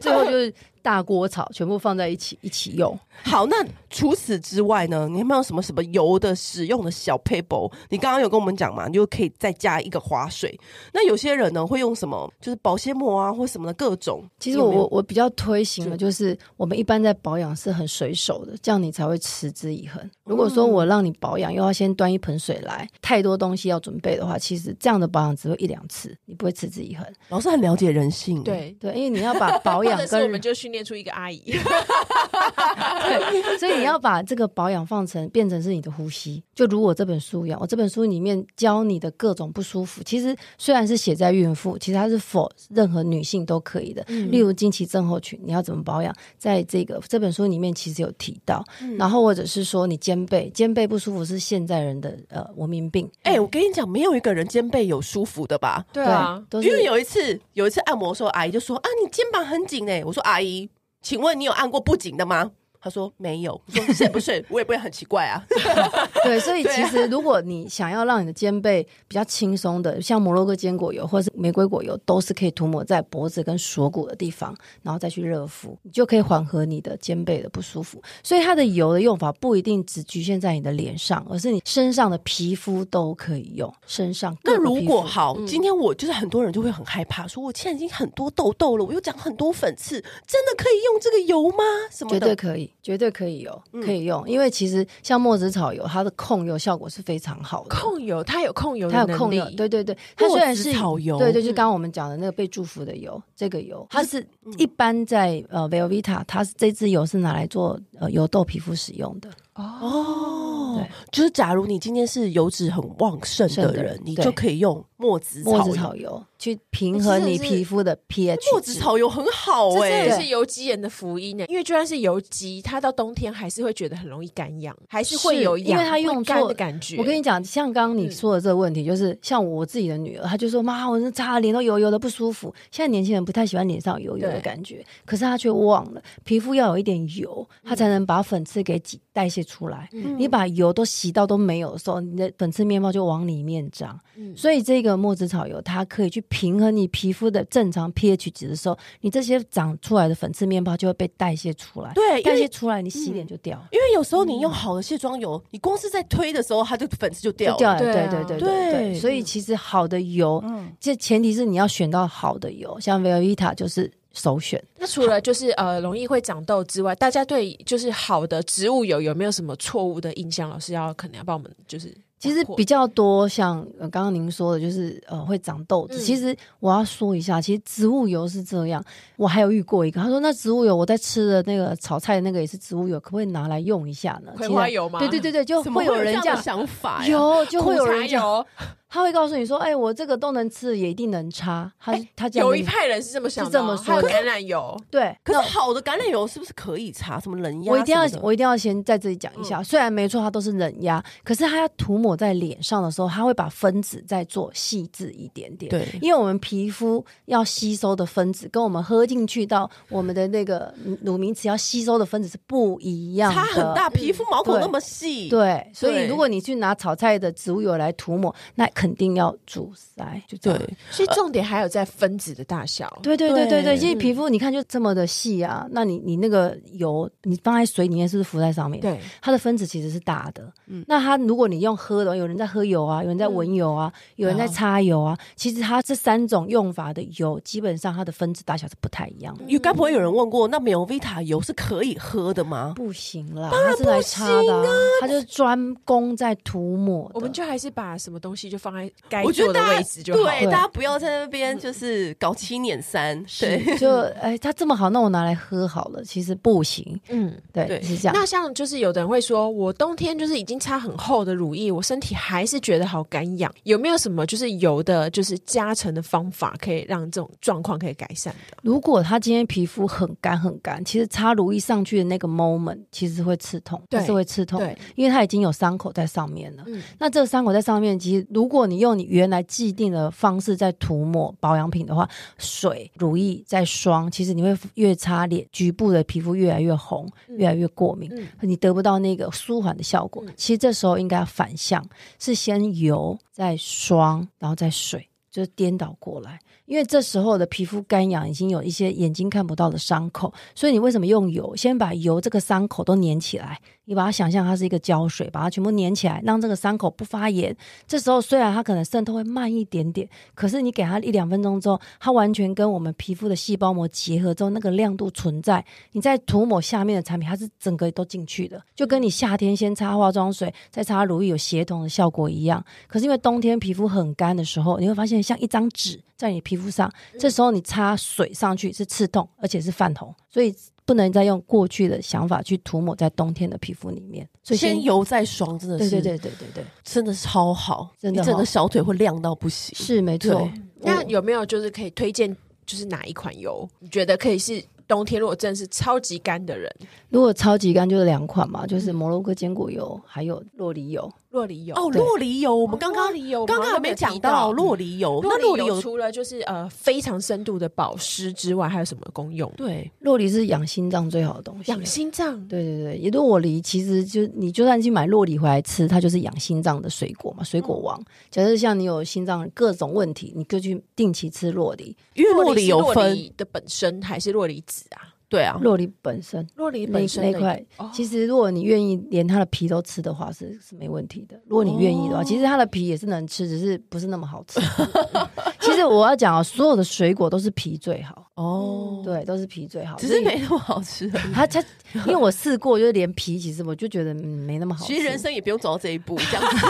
S4: 最后就是大锅炒，全部放在一起一起用。
S2: 好，那除此之外呢？你有没有什么什么油的使用的小 paper？你刚刚有跟我们讲嘛，你就可以再加一个花水。那有些人呢会用什么，就是保鲜膜啊或什么的各种。
S4: 其实
S2: 有
S4: 我
S2: 没有
S4: 我我比较推行的就是，我们一般在保养是很随手的，这样你才会持之以恒。如果说
S5: 嗯
S4: 我让你保养，又要先端一盆水来，太多东西要准备的话，其实这样的保养只会一两次，你不会持之以恒。
S2: 老师很了解人 性，，
S5: 对，
S4: 对，因为你要把保
S5: 或
S4: 养
S5: 者是我
S4: 跟
S5: 们就训练出一个阿 姨，
S4: 对，所以你要把这个保养放成变成是你的呼吸，就如我这本书一样，我这本书里面教你的各种不舒服，其实虽然是写在孕妇，其实它是否任何女性都可以的。
S2: 嗯
S4: 例如经期症候群，你要怎么保养，在这个这本书里面其实有提到。
S2: 嗯
S4: 然后或者是说你肩背，肩背不舒服是现在人的呃文明病，
S2: 哎、我跟你讲，没有一个人肩背有舒服的吧？
S5: 对啊
S4: 都是
S2: 因为有一次，有一次按摩的时候，阿姨就说：“啊，你肩膀很紧哎。”我说：“阿姨，请问你有按过不紧的吗？”她说：“没有。”我说：“是不是？我也不会很奇怪 啊。
S4: 对，所以
S2: 对
S4: 其
S2: 啊
S4: 实如果你想要让你的肩背比较轻松的，像摩洛哥坚果油或是玫瑰果油，都是可以涂抹在脖子跟锁骨的地方，然后再去热敷，你就可以缓和你的肩背的不舒服。所以它的油的用法不一定只局限在你的脸上，而是你身上的皮肤都可以用，身上”各
S2: 那
S4: 个
S2: 如
S4: 皮
S2: 果
S4: 肤嗯
S2: 好，今天我就是很多人就会很害怕，说我现在已经很多痘痘了，我又长很多粉刺，真的可以用这个油吗？什么
S4: 绝
S2: 的？
S4: 对
S2: 嗯
S4: 可以，绝对可以有，可以用，因为其实像墨子草油，它的控油效果是非常好的。
S5: 控油，它有控油
S4: 它
S5: 的
S4: 有
S5: 能
S4: 控
S5: 力
S4: 油，，对对对，它虽然是
S2: 墨子草油嗯
S4: 对对，就刚刚我们讲的那个被祝福的油，这个油它是一般在呃 Velvita，它是这支油是拿来做呃油痘皮肤使用的，
S2: 哦
S5: 哦
S4: 对，
S2: 就是假如你今天是油脂很旺盛
S4: 盛
S2: 的
S4: 的
S2: 人
S4: 人，
S2: 你
S4: 对
S2: 就可以用墨子
S4: 墨
S2: 草
S4: 子
S2: 油。呃
S4: 草油去平衡你皮肤的 pH 值。
S2: 墨子草油很好
S5: 这
S2: 哎、
S5: 真的
S4: 对
S5: 是油肌人的福音欸呢，因为就算是油肌，它到冬天还是会觉得很容易干痒，还是会
S4: 是
S5: 有
S4: 因
S5: 痒
S4: 为它
S5: 会
S4: 用
S5: 干
S4: 错
S5: 的感觉。
S4: 我跟你讲，像刚刚
S2: 嗯
S4: 你说的这个问题，就是像我自己的女儿，她就说：“妈，我那擦了脸都油油的，不舒服。”现在年轻人不太喜欢脸上有油油的
S5: 对
S4: 感觉，可是她却忘了，皮肤要有一点油，它
S2: 嗯
S4: 才能把粉刺给挤代谢出来。
S5: 嗯
S4: 你把油都洗到都没有的时候，你的粉刺面包就往里面长。
S5: 嗯
S4: 所以这个墨子草油，它可以去平衡你皮肤的正常 pH 值的时候，你这些长出来的粉刺面包就会被代谢出来。
S2: 对，因
S4: 代
S2: 为嗯
S4: 谢出来，你洗脸就掉了。
S2: 因为有时候你用
S4: 嗯
S2: 好的卸妆油，你光是在推的时候，它就粉刺就掉
S4: 就
S2: 了。
S4: 掉
S5: 对
S4: 了，对
S5: 啊
S4: 对对
S2: 对
S4: 对。所以其实好的油，这前提是你要选到好的油，像 Velveta 就是首选。
S5: 那除了就是呃容易会长痘之外，大家对就是好的植物油有没有什么错误的印象？老师要可能要帮我们就是
S4: 其实
S5: 打破
S4: 比较多像呃刚刚您说的，就是呃会长痘子。
S5: 嗯
S4: 其实我要说一下，其实植物油是这样，我还有遇过一个，他说那植物油我在吃的那个炒菜那个也是植物油，可不可以拿来用一下呢？
S5: 葵
S4: 呃其
S5: 花
S4: 实
S5: 油吗？
S4: 对对对对，就
S2: 怎么
S4: 会有人
S2: 这样
S4: 这
S2: 的
S4: 样。
S2: 想法欸呀？
S4: 有就会有
S5: 苦
S4: 人
S5: 茶
S4: 这样，
S5: 油，
S4: 他会告诉你说：“哎，我这个都能吃，也一定能擦。”
S2: 哎
S4: 他他这样
S5: 有
S4: 跟
S5: 一
S4: 你
S5: 派人是这么想的
S4: 是
S5: 哦，
S4: 这么
S5: 还有
S4: 说的
S5: 橄榄油，
S4: 对，
S2: 可是好的橄榄油是不是可以擦什么嗯冷压？
S4: 我一定要，我一定要先在这里讲一下，虽然没错，它都是冷压，可是它要涂抹在脸上的时候，它会把分子再做细致一点点。，
S2: 对
S4: 因为我们皮肤要吸收的分子，跟我们喝进去到我们的那个乳名词要吸收的分子是不一样的，嗯
S2: 擦很大，皮肤毛孔
S4: 对
S2: 那么细，
S4: 对，所以
S2: 对
S4: 如果你去拿炒菜的植物油来涂抹，那肯定要阻塞，就这样。
S2: 对
S5: 所以重点还有在分子的大小。
S4: 对对对
S2: 对
S4: 对对，其实皮肤你看就这么的细啊，那你你那个油你放在水里面是不是浮在上面？
S5: 对，
S4: 它的分子其实是大的。那它如果你用喝的，有人在喝油啊，有人在闻油啊，有人在擦油啊，其实它这三种用法的油，基本上它的分子大小是不太一样的。
S2: 有该不会有人问过，那美容 Vita 油是可以喝的吗？
S4: 不行啦，它是来擦的、啊，它就是专攻在涂抹的。
S5: 我们就还是把什么东西就放在该
S2: 我觉
S5: 做
S2: 得
S5: 的
S2: 大
S5: 位
S2: 家
S5: 置就好了。
S2: 对大家不要在那边就是搞七捻三，对，
S4: 是就哎，它这么好，那我拿来喝好了。其实不行，
S5: 嗯，
S4: 对，
S2: 对
S4: 是这样。
S5: 那像就是有的人会说，我冬天就是已经擦很厚的乳液，我身体还是觉得好干痒，有没有什么就是油的，就是加成的方法可以让这种状况可以改善的？
S4: 如果他今天皮肤很干很干，其实擦乳液上去的那个 moment 其实会刺痛，
S5: 对
S4: 它是会刺痛的
S5: 对，
S4: 因为它已经有伤口在上面了。
S5: 嗯
S4: 那这个伤口在上面，其实如果你用你原来既定的方式在涂抹保养品的话，水、乳液再霜，其实你会越擦脸，局部的皮肤越来越红，越来越过敏，
S5: 嗯
S4: 你得不到那个舒缓的效果。
S5: 嗯
S4: 其实这时候应该要反向，是先油，再霜，然后再水。就是颠倒过来，因为这时候的皮肤干痒，已经有一些眼睛看不到的伤口，所以你为什么用油？先把油这个伤口都粘起来，你把它想象它是一个胶水，把它全部粘起来，让这个伤口不发炎。这时候虽然它可能渗透会慢一点点，可是你给它一两分钟之后，它完全跟我们皮肤的细胞膜结合之后，那个亮度存在。你在涂抹下面的产品，它是整个都进去的，就跟你夏天先擦化妆水，再擦乳液有协同的效果一样。可是因为冬天皮肤很干的时候，你会发现像一张纸在你皮肤上，
S2: 嗯
S4: 这时候你擦水上去是刺痛，而且是泛红，所以不能再用过去的想法去涂抹在冬天的皮肤里面。所以
S2: 先，油再霜，真的
S4: 对
S2: 是，
S4: 对对对对对，
S2: 真的超好，
S4: 真的
S2: 你整个
S4: 哦
S2: 小腿会亮到不行。
S4: 是没错
S2: 对。
S5: 那有没有就是可以推荐，就是哪一款油，你觉得可以是冬天如果真的是超级干的人，
S4: 如果超级干就是两款嘛，就是摩洛哥坚果油还有洛梨油。
S5: 洛梨油
S2: 哦，
S4: 对哦
S2: 洛梨油，我
S5: 我
S2: 们刚刚
S5: 梨油
S2: 刚刚还没讲到洛梨油，
S5: 嗯
S2: 那
S5: 洛
S2: 洛
S5: 梨
S2: 梨
S5: 油
S2: 油
S5: 除了就是呃非常深度的保湿之外，还有什么功用？
S2: 对
S4: 洛梨是养心脏最好的东西。
S5: 养心脏，
S4: 对对对，也就是我梨，其实就你就算去买洛梨回来吃，它就是养心脏的水果嘛，水果王。假设像你有心脏各种问题，你就去定期吃洛梨。
S2: 因为洛梨
S5: 是
S2: 有
S5: 洛
S2: 分，
S5: 梨的本身还是洛梨籽啊？
S2: 对啊，
S4: 洛梨哦本身
S5: 洛梨
S4: 那
S5: 本身
S4: 那
S5: 的
S4: 块
S5: 哦，
S4: 其实如果你愿意连它的皮都吃的话，是是没问题的。如果你愿意的话，其实它的皮也是能吃，只是不是那么好吃。 其实我要讲啊，所有的水果都是皮最好，
S2: 哦，
S4: 对，都是皮最好。
S2: 只
S4: 所
S2: 是
S4: 以
S2: 没那么好吃而已。
S4: 它它，因为我试过，就是连皮，其实我就觉得嗯没那么好吃。
S2: 其实人生也不用走到这一 步，这样子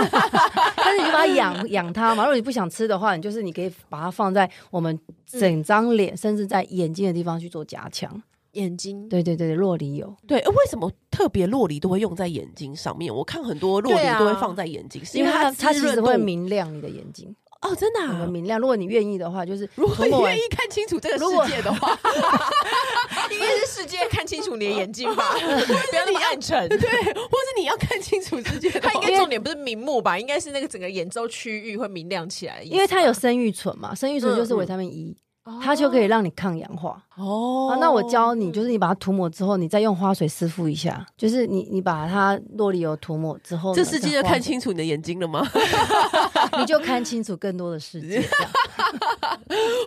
S4: 但是你就把它养 养它嘛。如果你不想吃的话，你
S2: 嗯
S4: 就是你可以把它放在我们整张脸，甚至在眼睛的地方去做加强。
S5: 眼睛
S4: 对对对对，洛梨油，
S2: 对，呃为什么特别洛梨都会用在眼睛上面？我看很多洛
S5: 对
S2: 梨
S5: 啊
S2: 都会放在眼睛，是因为
S4: 它它
S2: 它滋
S4: 其实
S2: 润度
S4: 会明亮你的眼睛，
S2: 哦，真的、
S4: 整个
S2: 啊。
S4: 明亮。如果你愿意的话，就是
S2: 如果
S4: 涂
S2: 你
S4: 抹完
S2: 愿意看清楚这个
S4: 如果
S2: 世界的话，
S5: 应该是世界看清楚你的眼睛吧，不要那么暗沉。
S2: 对，或是你要看清楚世界的
S5: 它应，
S2: 话
S5: 该重点不是明目吧，应该是那个整个眼周区域会明亮起来的意思吧，
S4: 因为它有生育醇嘛，生育醇就
S5: 嗯
S4: 是
S5: 嗯
S4: 维他命 E，、它就可以让你抗氧化。
S2: 哦
S4: 啊，那我教你，就是你把它涂抹之后，你再用花水湿敷一下，就是你你把它洛里油涂抹之后呢，
S2: 这世界
S4: 再
S2: 就
S4: 画
S2: 看清楚你的眼睛了吗？
S4: 你就看清楚更多的 世界。这样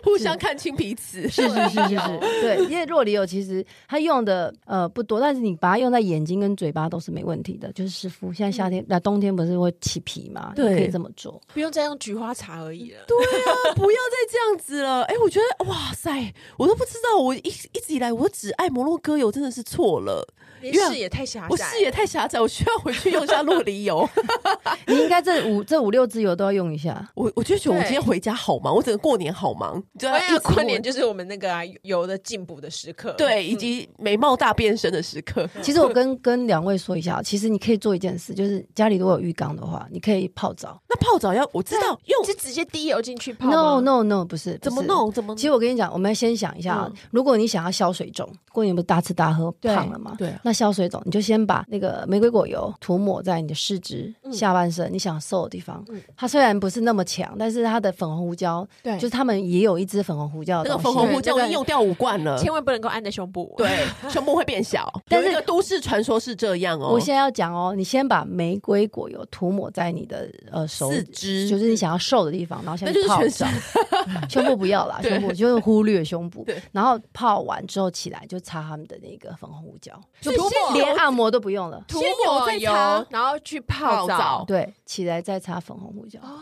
S2: 互相看清彼 此，
S4: 是是是是是，对，因为洛里油其实它用的呃不多，但是你把它用在眼睛跟嘴巴都是没问题的，就是湿敷。现在夏天那、冬天不是会起皮嘛，
S2: 嗯对
S4: 可以这么做。
S5: 不用再用菊花茶而已了。
S2: 啊不要再这样子了。哎、我觉得哇塞，我都不知道，我一一直以来我只爱摩洛哥油，真的是错了。
S5: 你
S2: 因为
S5: 视野太狭
S2: 我
S5: 窄，
S2: 视野太狭窄，我需要回去用一下洛梨 油。
S4: 你应该这五这五六支油都要用一下。
S2: 我我就觉得我
S5: 对
S2: 今天回家好忙，我整个过年好忙，对啊
S5: 哎呀，过年
S2: 就
S5: 就是我们那个啊油的进补的时刻。
S2: 对，
S4: 嗯
S2: 以及眉毛大变身的时刻。
S4: 其实我 跟跟两位说一下，其实你可以做一件事，就是家里如果有浴缸的话，你可以泡澡。
S2: 那泡澡要我知
S4: 啊
S2: 道用
S5: 是直接滴油进去泡吗
S4: No no no，不是
S2: 怎么。
S4: 不是
S2: 弄，怎么
S4: 其实我跟你讲，我们先想一下，啊如果你想要消水肿，过年不是大吃大喝
S5: 对
S4: 胖了吗？
S2: 嗯对啊
S4: 那消水肿，你就先把那个玫瑰果油涂抹在你的四肢、
S2: 嗯
S4: 下半身，你想瘦的地方。它虽然不是那么强，但是它的粉红胡椒，
S5: 对
S4: 就是他们也有一支粉红胡椒
S2: 那个
S4: 的东西。
S2: 粉红
S5: 对
S2: 胡椒
S5: 那个
S2: 已经用掉五罐了。
S5: 千万不能够按在胸部。
S2: 对，胸部会变 小，
S4: 但是
S2: 有一个都市传说是这样哦。
S4: 我现在要讲哦，你先把玫瑰果油涂抹在你的呃手
S2: 四肢
S4: 就是你想要瘦的地方，然后先
S2: 那就是
S4: 泡
S2: 全
S4: 澡
S2: 身，
S4: 胸部不要啦，
S2: 对
S4: 胸部就是忽略胸部
S2: 对，
S4: 然后泡完之后起来就擦他们的那个粉红胡椒，
S5: 就
S2: 涂抹
S4: 连按摩都不用了，
S5: 涂
S2: 先油
S5: 抹
S2: 再
S5: 油
S2: 擦，
S5: 然后去
S2: 泡
S5: 泡
S2: 澡
S5: 澡。
S4: 对，起来再擦粉红胡椒，
S2: 哦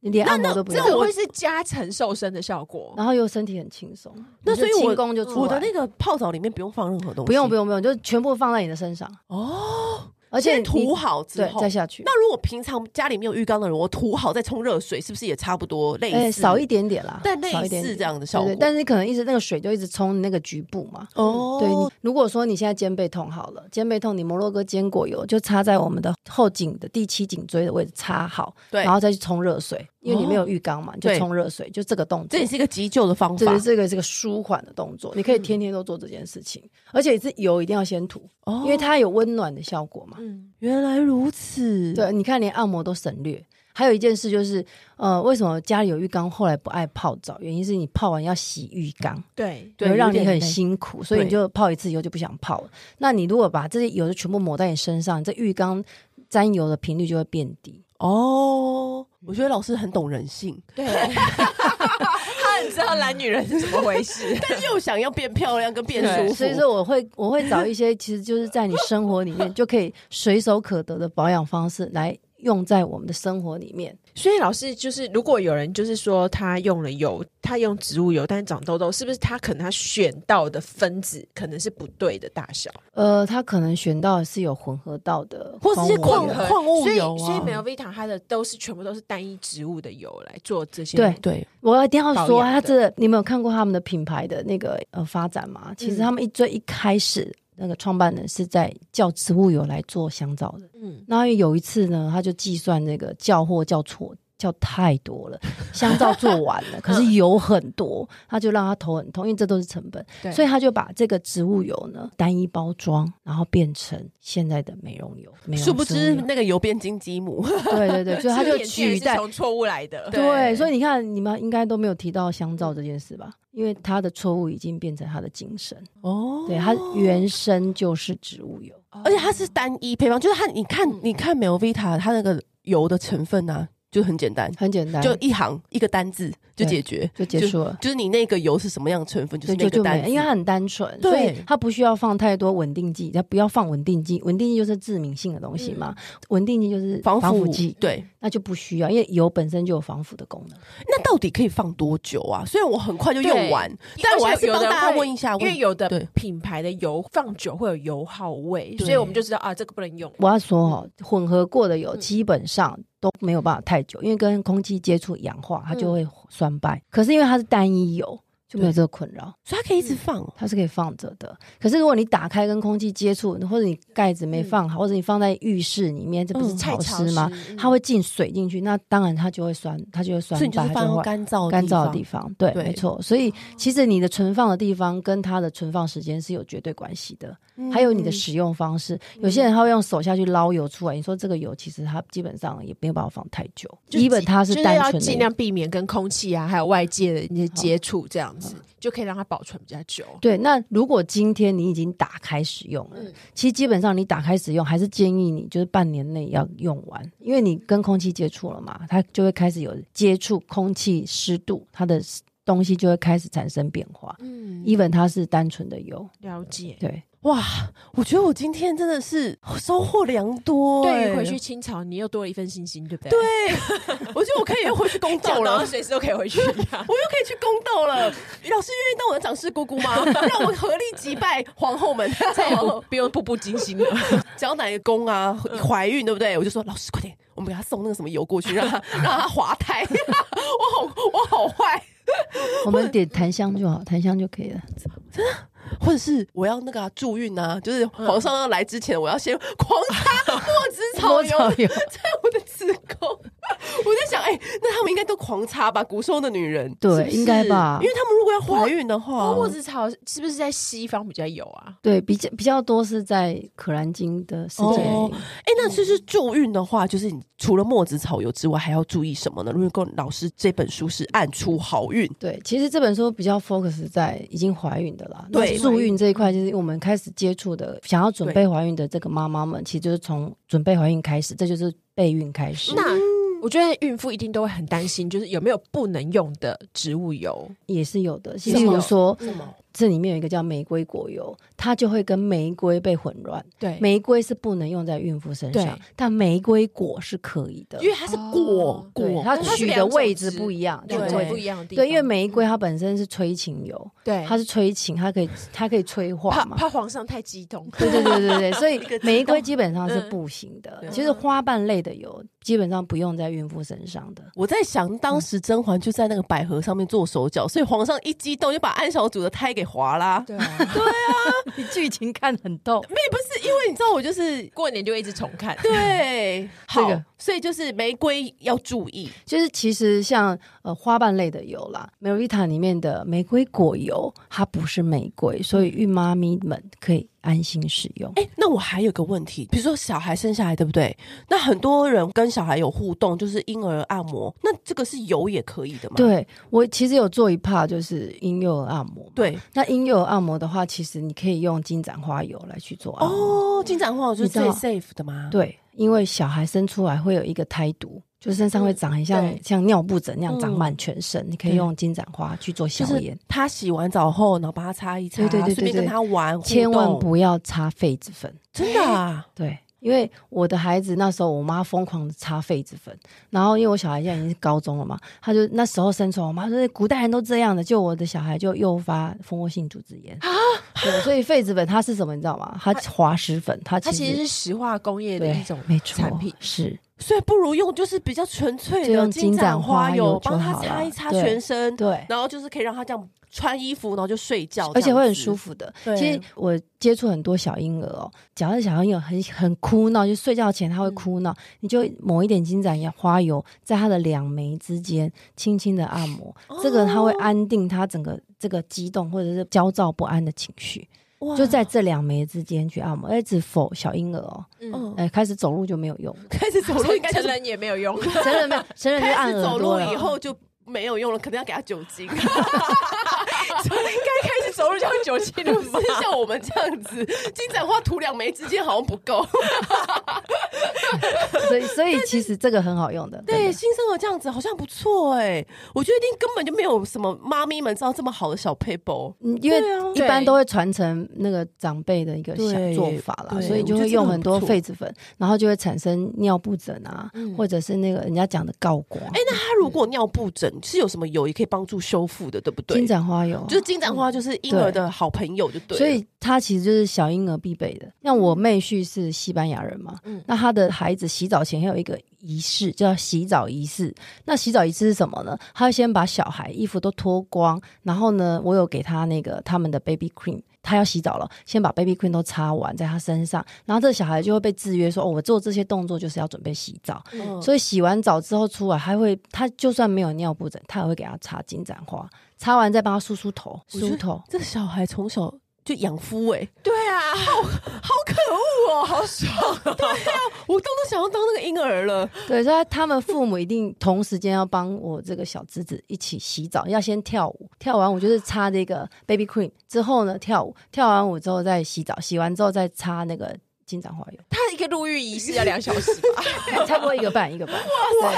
S4: 你连按摩都不
S5: 这
S4: 用
S5: 个
S4: 了，
S5: 会是加成瘦身的效果。
S4: 然后又身体很轻松，
S2: 那
S4: 你就
S2: 所以我
S4: 轻功就出
S2: 我
S4: 来
S2: 的，那个泡澡里面不用放任何东西，
S4: 不用不
S2: 用，
S4: 用不用，就全部放在你的身上哦，而且
S2: 先
S4: 你
S2: 涂好之
S4: 对
S2: 后
S4: 再下去，
S2: 那如果平常家里没有浴缸的人，我涂好再冲热水，是不是也差不多类
S4: 哎，
S2: 似？
S4: 少一点点啦，
S2: 但类
S4: 少一点
S2: 似
S4: 点
S2: 这样的效
S4: 对
S2: 果
S4: 对，。但是可能一直那个水就一直冲你那个局部嘛。
S2: 哦
S4: 对你，如果说你现在肩背痛好了，肩背痛，你摩洛哥坚果油就插在我们的后颈的第七颈椎的位置插好，
S2: 对
S4: 然后再去冲热水，因为你没有浴缸嘛，你就
S2: 对
S4: 冲热水，就这个动
S2: 这
S4: 作
S2: 也。是一个急救的方
S4: 这
S2: 法嗯
S4: 个这个是个舒缓的动作，你可以天天都做这件事情，而且是油一定要先涂，
S2: 哦
S4: 因为它有温暖的效果嘛。
S5: 嗯，
S2: 原来如此，
S4: 对，你看连按摩都省略。还有一件事就是，呃，为什么家里有浴缸后来不爱泡澡？原因是你泡完要洗浴缸，
S5: 对，
S2: 对
S4: 对，让你
S2: 有点
S4: 很
S2: 累
S4: 辛苦，所以你
S2: 对
S4: 就泡一次以后就不想泡了。那你如果把这些油就全部抹在你身上，你这浴缸沾油的频率就会变低。
S2: 哦。
S4: 嗯
S2: 我觉得老师很懂人 性，
S5: 对，他很知道懒女人是怎么回事。
S2: 但又想要变漂亮跟变舒服，
S4: 所以说我会我会找一些 其实就是在你生活里面就可以随手可得的保养方式来用在我们的生活里面。
S5: 所以老师就是，如果有人就是说他用了油，他用植物油，但是长痘痘，是不是他可能他选到的分子可能是不对的大小？
S4: 呃，它可能选到的是有混合到的
S2: 或是
S4: 黄
S2: 一些
S4: 油
S2: 矿矿物
S5: 所以
S2: 油啊
S5: 所以 Melvita 它的都是全部都是单一植物的油来做这些。
S4: 对
S2: 对
S4: 我一定要
S5: 保
S4: 说，
S5: 养
S4: 他
S5: 的
S4: 这你们有看过他们的品牌的那个呃发展
S5: 嗯
S4: 吗？其实他们一最一开始。那个创办人是在叫植物油来做香皂的，
S5: 嗯
S4: 嗯，那有一次呢，他就计算那个叫货叫错叫太 多了，香皂做完了，可
S5: 嗯
S4: 是油很多，他就让他头很痛，因为这都是成本，
S5: 对
S4: 所以他就把这个植物油呢单一包装，然后变成现在的美容油，美容
S2: 殊不
S4: 植
S2: 知
S4: 物油
S2: 那个油变金鸡 母，
S4: 对对对，所以他就
S5: 这个眼界
S4: 取代
S5: 是从错误来的。
S4: 对，所以你看，你们应该都没有提到香皂这件事吧？因为他的错误已经变成他的精神，
S2: 哦
S4: 对，它原生就是植物油。
S2: 而且它是单一配方，就是它，你看，
S4: 嗯
S2: 你看 Melvita 它那个油的成分啊，就很简单，
S4: 很简单，
S2: 就
S4: 就
S2: 一行一个单字就解决，
S4: 就结束了。
S2: 就是你那个油是什么样的成分，就是
S4: 对，
S2: 那
S4: 就
S2: 个
S4: 就
S2: 单
S4: 没，
S2: 字，
S4: 因为它很单纯，
S2: 对
S4: 所以它不需要放太多稳定剂，它不要放稳定剂，稳定剂就是致敏性的东西嘛，稳定剂就是
S2: 防
S4: 腐
S2: 腐
S4: 剂，
S2: 对，
S4: 那就不需要，因为油本身就有防腐的功能。
S2: 那到底可以放多久啊？虽然我很快就用完，但我还是帮大家问一下，
S5: 因为
S2: 问
S5: 有的
S2: 对
S5: 品牌的油放久会有油耗味，
S2: 对
S5: 所以我们就知道啊，这个不能用。
S4: 我要说哦，
S2: 嗯
S4: 混合过的油基本上都
S2: 嗯
S4: 没有办法太久，因为跟空气接触氧化，它就会酸败。可是因为它是单一油，就没有这个困扰，
S2: 所以它可以一直放
S5: 嗯
S2: 哦。
S4: 它是可以放着的。可是如果你打开跟空气接触，或者你盖子没放好，或者你放在浴室里面，这不是
S2: 嗯
S4: 潮
S5: 太
S4: 湿吗？？它会进水进去，那当然它就会酸，它就会
S2: 嗯
S4: 酸
S2: 所以你就
S4: 败，
S2: 是
S4: 它
S2: 放
S4: 就
S2: 到
S4: 会
S2: 干
S5: 哦
S2: 燥
S4: 干燥的地
S2: 地
S4: 方，对，
S2: 对
S4: 没错。所以其实你的存放的地方跟它的存放时间是有绝对关系的，
S2: 方，
S4: 还有你的
S2: 嗯
S4: 使用方式。
S5: 嗯
S4: 有些人他会用手下去捞油出来，你说这个油其实它基本上也没有办法放太久，
S5: 就
S4: 基本它是
S5: 就是
S4: 单
S5: 要
S4: 纯的
S5: 尽
S4: 油。
S5: 量避免跟空气啊，还有外界的一些接触，这样子就可以让它保存比较久。
S4: 对，那如果今天你已经打开使用了，
S5: 嗯
S4: 其实基本上你打开使用还是建议你就是半年内要用完，因为你跟空气接触了嘛，它就会开始有接触空气湿度，它的东西就会开始产生变化。
S5: 嗯，
S4: even 它是单纯的油，
S5: 了解。
S4: 对。
S2: 哇，我觉得我今天真的是收获良多、
S5: 对
S2: 哎
S5: 于回去清朝，你又多了一份信心，对不对？
S4: 啊
S2: 对，我觉得我可以又回去宫斗
S5: 讲
S2: 了
S5: 到。随时都可以回去一样。
S2: 我又可以去宫斗了，老师愿意当我的掌事姑姑 吗？让我合力击败皇后们。
S5: 再也 不不用步步惊 心了。
S2: 讲到哪个宫啊，
S5: 嗯
S2: 怀孕对不对？我就说老师快点，我们给她送那个什么油过去，让她让她滑胎。 我好我好坏，
S4: 我们点檀香就好，檀香就可 以了。
S2: 或者是我要那个、啊、助孕啊，就是
S4: 嗯
S2: 皇上要来之前，我要先狂擦墨汁 草油
S4: 油，
S2: 在我的子宫。 我在想，哎、那他们应该都狂擦吧？古时候的女人，
S4: 对
S2: 是不是
S4: 应该吧哦
S2: 因为他们如果要怀孕的
S5: 不过
S2: 话，
S5: 墨子草是不是在西方比较有啊？
S4: 对，比较比较多是在《可兰经》的世界里。
S2: 哦哎、那就是助孕的话，就是你除了墨子草油之外，还要注意什么呢？如果老师这本书是暗出好运，
S4: 对，其实这本书比较 focus 在已经怀孕的啦。
S2: 对
S4: 那助孕这一块，就是我们开始接触的，想要准备怀孕的这个妈妈们，其实就是从准备怀孕开始，这就是备孕开始。
S5: 那我觉得孕妇一定都会很担心，就是有没有不能用的植物油？
S4: 也是有的，
S5: 是有
S4: 例如说，
S5: 什么？
S4: 这里面有一个叫玫瑰果油，它就会跟玫瑰被混乱。
S5: 对，
S4: 玫瑰是不能用在孕妇身上
S5: 对，
S4: 但玫瑰果是可以的
S2: 因。为它是果、
S5: 哦
S4: 对
S2: 果，
S4: 它
S5: 它是
S4: 取的
S5: 两种
S4: 位置
S5: 植
S4: 不一样，
S5: 两
S2: 对
S5: 种不一样的地方。嗯
S4: 对，因为玫瑰它本身是催情油，
S5: 对
S4: 它是催情，它可以它可以催化
S5: 怕
S4: 嘛。
S5: 怕皇上太激动。
S4: 对对对对对，所以
S2: 个激
S4: 玫瑰基本上是
S5: 嗯
S4: 不行的。
S5: 对
S4: 其实花瓣类的油基本上不用在孕妇身上的。
S2: 我在想，当时甄嬛就在那个百合上面做手脚，所以皇上一激动就把安小主的胎给划 啦。
S5: 对啊，
S4: 你 剧情看很逗，
S2: 没不是因为你知道我 就是
S5: 过年就一直重看。
S2: 对好、
S4: 这个
S2: 所以就是玫瑰要注意，
S4: 就是其实像呃花瓣类的油啦，Melita 里面的玫瑰果油，它不是玫瑰，所
S5: 嗯
S4: 以孕妈咪们可以安心使用。
S2: 哎、那我还有个问题，比如说小孩生下来，对不对？那很多人跟小孩有互动，就是婴儿按摩，那这个是油也可以的吗？
S4: 对我其实有做一趴就是婴幼儿按摩嘛，
S2: 对
S4: 那婴幼儿按摩的话，其实你可以用金盏花油来去做按摩。
S2: 哦，金盏花就是
S4: 你知
S2: 最
S4: 道
S2: safe 的吗？
S4: 对，因为小孩生出来会有一个胎毒，就身上会长很像、
S5: 对
S4: 像尿布疹那样长
S2: 嗯
S4: 满全身，你可以
S2: 对
S4: 用金盏花去做
S2: 就
S4: 消
S2: 是
S4: 炎。
S2: 他洗完澡后，然后帮他擦一擦，
S4: 对对对对
S2: 顺便
S4: 对
S2: 跟他玩，
S4: 千
S2: 互
S4: 万
S2: 动
S4: 不哎要擦痱子粉，
S2: 真的啊！
S4: 对。因为我的孩子那时候，我妈疯狂的擦痱子粉，然后因为我小孩现在已经是高中了嘛，他就那时候生出来，我妈说古代人都这样的，就我的小孩就诱发蜂窝性组织炎啊，对，所以痱子粉它是什么你知道吗？它滑石粉，它
S5: 它
S4: 其
S5: 其实
S4: 实
S5: 是石化工业的
S4: 对
S5: 一种
S4: 没错
S5: 产品，
S4: 是
S2: 所以不如用就是比较纯粹
S4: 就
S2: 的
S4: 用
S2: 金盏花
S4: 金盏花
S2: 油
S4: 油，就
S2: 帮他
S4: 好了
S2: 擦一擦
S4: 对
S2: 全身，
S4: 对，
S2: 然后就是可以让他这样穿衣服，然后就睡觉，
S4: 而且会很
S2: 服。
S4: 舒服的。
S2: 对
S4: 其实我接触很多小婴儿哦，假设小婴儿很很哭闹，就睡觉前
S2: 嗯
S4: 他会哭闹，你就抹一点金盏花油在他的两眉之间轻轻的按摩，
S2: 哦
S4: 这个他会安定他整个这个激动或者是焦躁不安的情绪，
S2: 哇
S4: 就在这两眉之间去按摩，而只否小婴儿哦，
S5: 嗯，
S2: 嗯，，
S4: 呃，开始走路就没有用了
S2: 开始走路应该就
S5: 成
S2: 是
S5: 人也没有用。
S4: 成人没有，成人 就
S2: 开
S4: 按
S2: 始
S4: 耳
S2: 走路
S4: 朵
S2: 以
S4: 了。
S2: 后就没有用了，可能要给他酒精，啊就
S5: 开始走路就要酒精了
S2: 不是像我们这样子，金盏花涂两眉之间好像不够。
S4: 所以所以其实这个很好用的，真
S2: 对，
S4: 的
S2: 新生儿这样子好像不错哎、我觉得一定根本就没有什么妈咪们知道这么好的小 paper。
S4: 嗯，因为
S2: 对啊
S4: 一般都会传承那个长辈的一个小
S2: 对
S4: 做法啦，
S2: 对
S4: 所以就
S2: 我觉得这
S4: 会
S2: 个
S4: 用
S2: 很
S4: 很多
S2: 不错嗯
S4: 痱子粉，然后就会产生尿布疹啊，或者是那个人家讲的告瓜。
S2: 哎、那他如果尿布疹是有什么油也可以帮助修复的，对不对
S4: 金？盏花油啊，
S2: 就是金盏花，就是一婴儿的好朋友就对了。
S4: 所以它其实就是小婴儿必备的。像我妹婿是西班牙人嘛，
S2: 嗯
S4: 那他的孩子洗澡前还有一个仪式，叫洗澡仪式。那洗澡仪式是什么呢？他要先把小孩衣服都脱光，然后呢，我有给他那个他们的 baby cream。他要洗澡了，先把 baby cream 都擦完在他身上，然后这个小孩就会被制约说：“哦，我做这些动作就是要准备洗澡。
S2: 嗯
S4: 所以洗完澡之后出来，还会他就算没有尿布疹，他也会给他擦金盏花，擦完再帮他梳梳头，
S2: 我觉
S4: 梳
S2: 得
S4: 头。
S2: 这小孩从小就养夫哎、
S5: 对啊，好好可恶哦，好爽、
S2: 啊我当都想要当那个婴儿了。
S4: 对，所以他们父母一定同时间要帮我这个小侄子一起洗澡，要先跳舞，跳完舞就是擦这个 baby cream，之后呢跳舞，跳完舞之后再洗澡，洗完之后再擦那个金盏花油，
S5: 他一个入浴仪式要两小时吧？
S4: 差不多一个半一个半。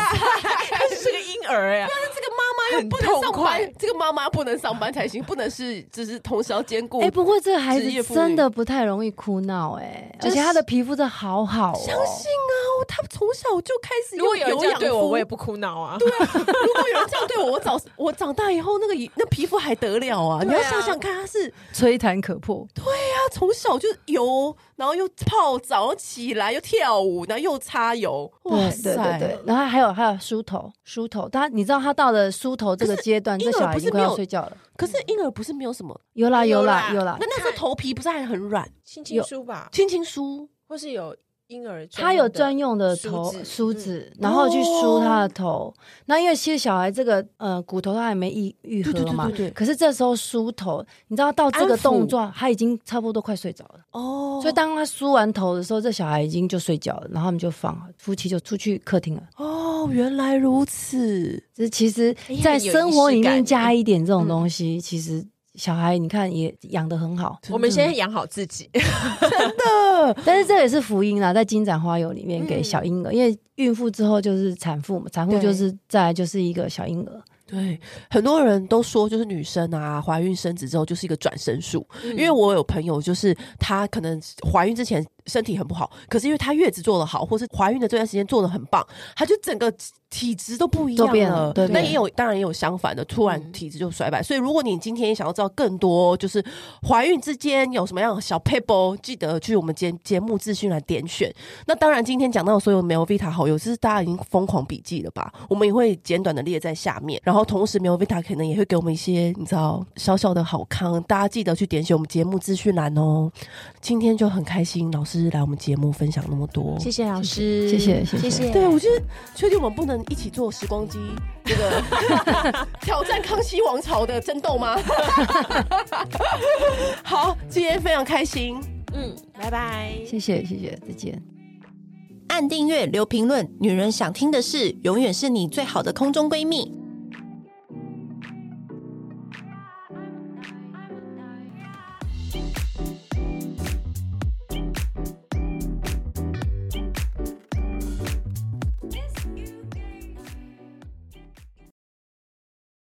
S5: 他是个婴儿呀、
S2: 这个妈妈又
S5: 很
S2: 不能上
S5: 痛快
S2: 班，这个妈妈不能上班才行，不能是就是同时要兼顾。
S4: 哎、不过这个孩
S2: 职业妇
S4: 子
S2: 女
S4: 真的不太容易哭闹、哎、
S5: 就是
S4: 而且他的皮肤真的好好、哦，
S2: 相信啊，我他从小就开始
S5: 如果有人
S2: 有
S5: 这样
S2: 养
S5: 对我，
S2: 夫
S5: 我也不哭闹啊。
S2: 如果有人这样对我，我早 我长大以后那个那皮肤还得了啊？你
S5: 对啊
S2: 要想想看，他是
S4: 吹弹可破。
S2: 他从小就油，然后又泡澡，然后起来又跳舞，然后又擦油，哇
S4: 对对对
S2: 塞！
S4: 对，然后还有还有梳头，梳头，他你知道他到了梳头这个阶 段，
S2: 婴儿
S4: 这小孩
S2: 不
S4: 已
S2: 是
S4: 经快
S2: 没
S4: 要
S2: 有
S4: 睡觉了。
S2: 可是婴儿不是没有什么，
S4: 有啦有啦
S5: 有啦
S4: 有啦
S2: 那，那时候头皮不是还很软？
S5: 亲亲书吧，
S2: 亲亲梳，
S5: 或是有婴儿专
S4: 他有
S5: 用的
S4: 专用的
S5: 梳
S4: 头
S5: 子
S4: 梳
S5: 嗯哦
S4: 子，然后去梳他的头。那因为其实小孩这个呃骨头他还没愈愈合
S2: 对对对
S4: 嘛
S2: 对对，
S4: 可是这时候梳头，你知道到这个
S2: 安抚
S4: 动作，他已经差不多快睡着了。
S2: 哦
S4: 所以当他梳完头的时候，这小孩已经就睡觉了，然后他们就放夫妻就出去客厅了。
S2: 哦，原来如此。
S4: 这其实
S5: 哎，很
S4: 在
S5: 有仪
S4: 生活
S5: 式
S4: 里
S5: 感
S4: 面
S5: 耶嗯
S4: 加一点这种东西，其实小孩你看也养得很好。
S5: 我们先养好自己，
S4: 但是这也是福音啦，在金盏花油里面给小婴儿，因为孕妇之后就是产妇嘛，产妇
S2: 对
S4: 就是再来就是一个小婴儿，
S2: 对，很多人都说，就是女生啊，怀孕生子之后就是一个转身术。因
S4: 嗯
S2: 为我有朋友，就是她可能怀孕之前身体很不好，可是因为她月子做得好，或是怀孕的这段时间做得很棒，她就整个体质都不一样
S4: 都变了对嗯
S2: 那
S4: 对
S2: 也有，当然也有相反的，突然体质就衰败。所以如果你今天想要知道更多，就是怀孕之间有什么样的小 paper，记得去我们节节目资讯来点选。那当然，今天讲到的所有 Melvita 好友，这是大家已经疯狂笔记了吧？我们也会简短的列在下面，然后同时 Melvita 可能也会给我们一些你知道小小的好康，大家记得去点选我们节目资讯栏哦。今天就很开心，老师来我们节目分享那么多，
S5: 谢谢老师，
S4: 谢谢谢谢
S5: 谢谢，
S2: 对，我觉得 确定我们不能一起做时光机这个 挑战康熙王朝的争斗吗？ 好，今天非常开心，
S5: 嗯，拜拜。
S4: 谢谢谢谢，再见。
S1: 按订阅，留评论，女人想听的事，永远是你最好的空中闺蜜。